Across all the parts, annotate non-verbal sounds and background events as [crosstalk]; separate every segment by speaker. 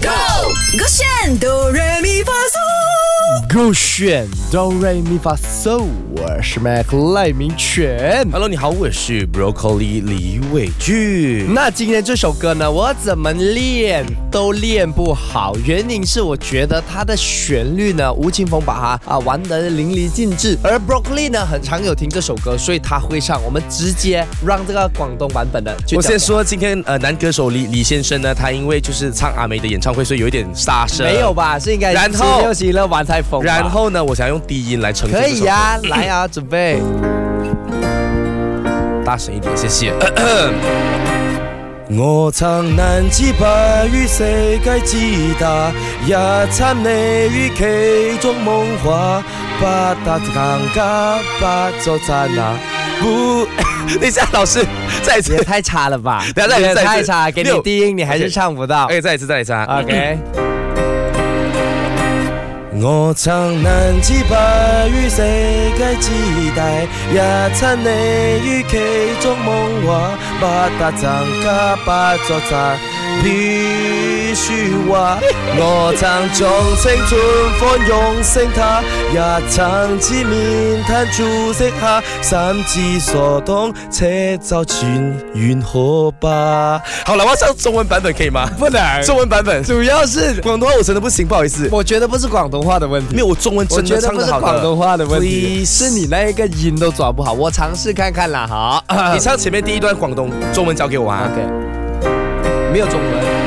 Speaker 1: Go！勾选哆瑞咪发嗦，
Speaker 2: 勾选哆瑞咪发嗦，我是 Mac 赖明全。
Speaker 3: Hello，你好，我是 Broccoli 李伟俊。
Speaker 2: 那今天这首歌呢，我怎么练都练不好，原因是我觉得它的旋律呢，吴青峰把它啊玩得淋漓尽致，而 Broccoli 呢很常有听这首歌，所以他会唱。我们直接让这个广东版本的就
Speaker 3: 我
Speaker 2: 讲
Speaker 3: 先说，今天呃，男歌手李李先生呢，他因为就是唱阿妹的演唱会，所以有一点沙声。
Speaker 2: 没有。吧？是应该
Speaker 3: 然后
Speaker 2: 星期六星期六玩太疯吧，
Speaker 3: 然后呢，我想用低音来呈现。
Speaker 2: 可以呀、来啊，准备。
Speaker 3: 大声一点，
Speaker 2: [coughs]
Speaker 3: 谢谢。我曾能自拔於世界之大，也參你於其中夢話，不達更加不作讚啊！不， [coughs] 等一下，老师，再一次
Speaker 2: [laughs] 也，太差了吧！
Speaker 3: [laughs] 等一下再来
Speaker 2: 也
Speaker 3: 再来
Speaker 2: 太差，给你
Speaker 3: 六
Speaker 2: 低音你还是
Speaker 3: OK
Speaker 2: 唱不到。
Speaker 3: 哎，再一次，再一次啊！
Speaker 2: OK，
Speaker 3: 我曾能自拔於世界之大，也親你於其中夢話，不達增加不作讚，必須話。我曾盡情存款用剩他，也曾自面攤注釋下，心知所動，且就全緣可吧。好了，我要上中文版本可以嗎？
Speaker 2: 不能
Speaker 3: [laughs] 中文版本，
Speaker 2: 主要是
Speaker 3: 广东话我真的不行，不好意思。
Speaker 2: 我觉得不是广东话的问题，
Speaker 3: 没有，我中文
Speaker 2: 我
Speaker 3: 真
Speaker 2: 觉
Speaker 3: 的
Speaker 2: 得
Speaker 3: 唱
Speaker 2: 不是
Speaker 3: 的好
Speaker 2: 广东话的问题，
Speaker 3: Please
Speaker 2: 是你那一个音都抓不好。我尝试看看啦，好。
Speaker 3: [laughs] 嗯你唱前面第一段广东中文交给我啊。
Speaker 2: OK，没有中文。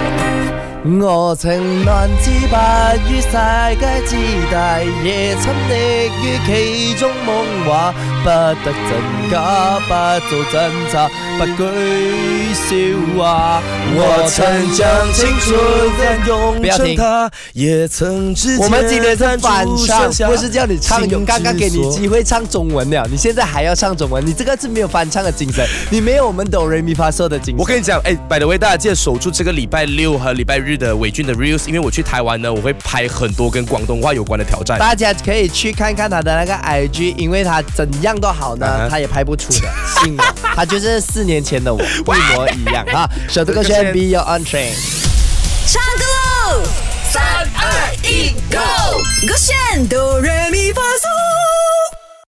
Speaker 2: 我情難自拔於世界之大，夜沉溺於其中夢話，不得真假，不做掙扎，不拘笑話。
Speaker 3: 我曾将青春翻涌
Speaker 2: 不要
Speaker 3: 成
Speaker 2: 停。
Speaker 3: 他，也曾之
Speaker 2: 我们今天是反唱，不是叫你唱。有
Speaker 3: 心之
Speaker 2: 刚刚给你
Speaker 3: 所
Speaker 2: 机会唱中文了，你现在还要唱中文，你这个是没有翻唱的精神，你没有我们哆瑞咪发嗦的精神。
Speaker 3: 我跟你讲，哎，by the way，大家记得守住这个礼拜六和礼拜日的伟俊的 reels，因为我去台湾呢，我会拍很多跟广东话有关的挑战。
Speaker 2: 大家可以去看看他的那个 IG，因为他怎样都好呢
Speaker 3: 啊哈
Speaker 2: 他也拍不出
Speaker 3: [laughs]
Speaker 2: 的，信我，他就是四年前的我，一模一样啊！手这个
Speaker 3: 这
Speaker 2: 圈
Speaker 3: 个是
Speaker 2: Be Your Own Train。
Speaker 1: 唱歌喽！三二一，Go！勾选哆瑞咪发嗦。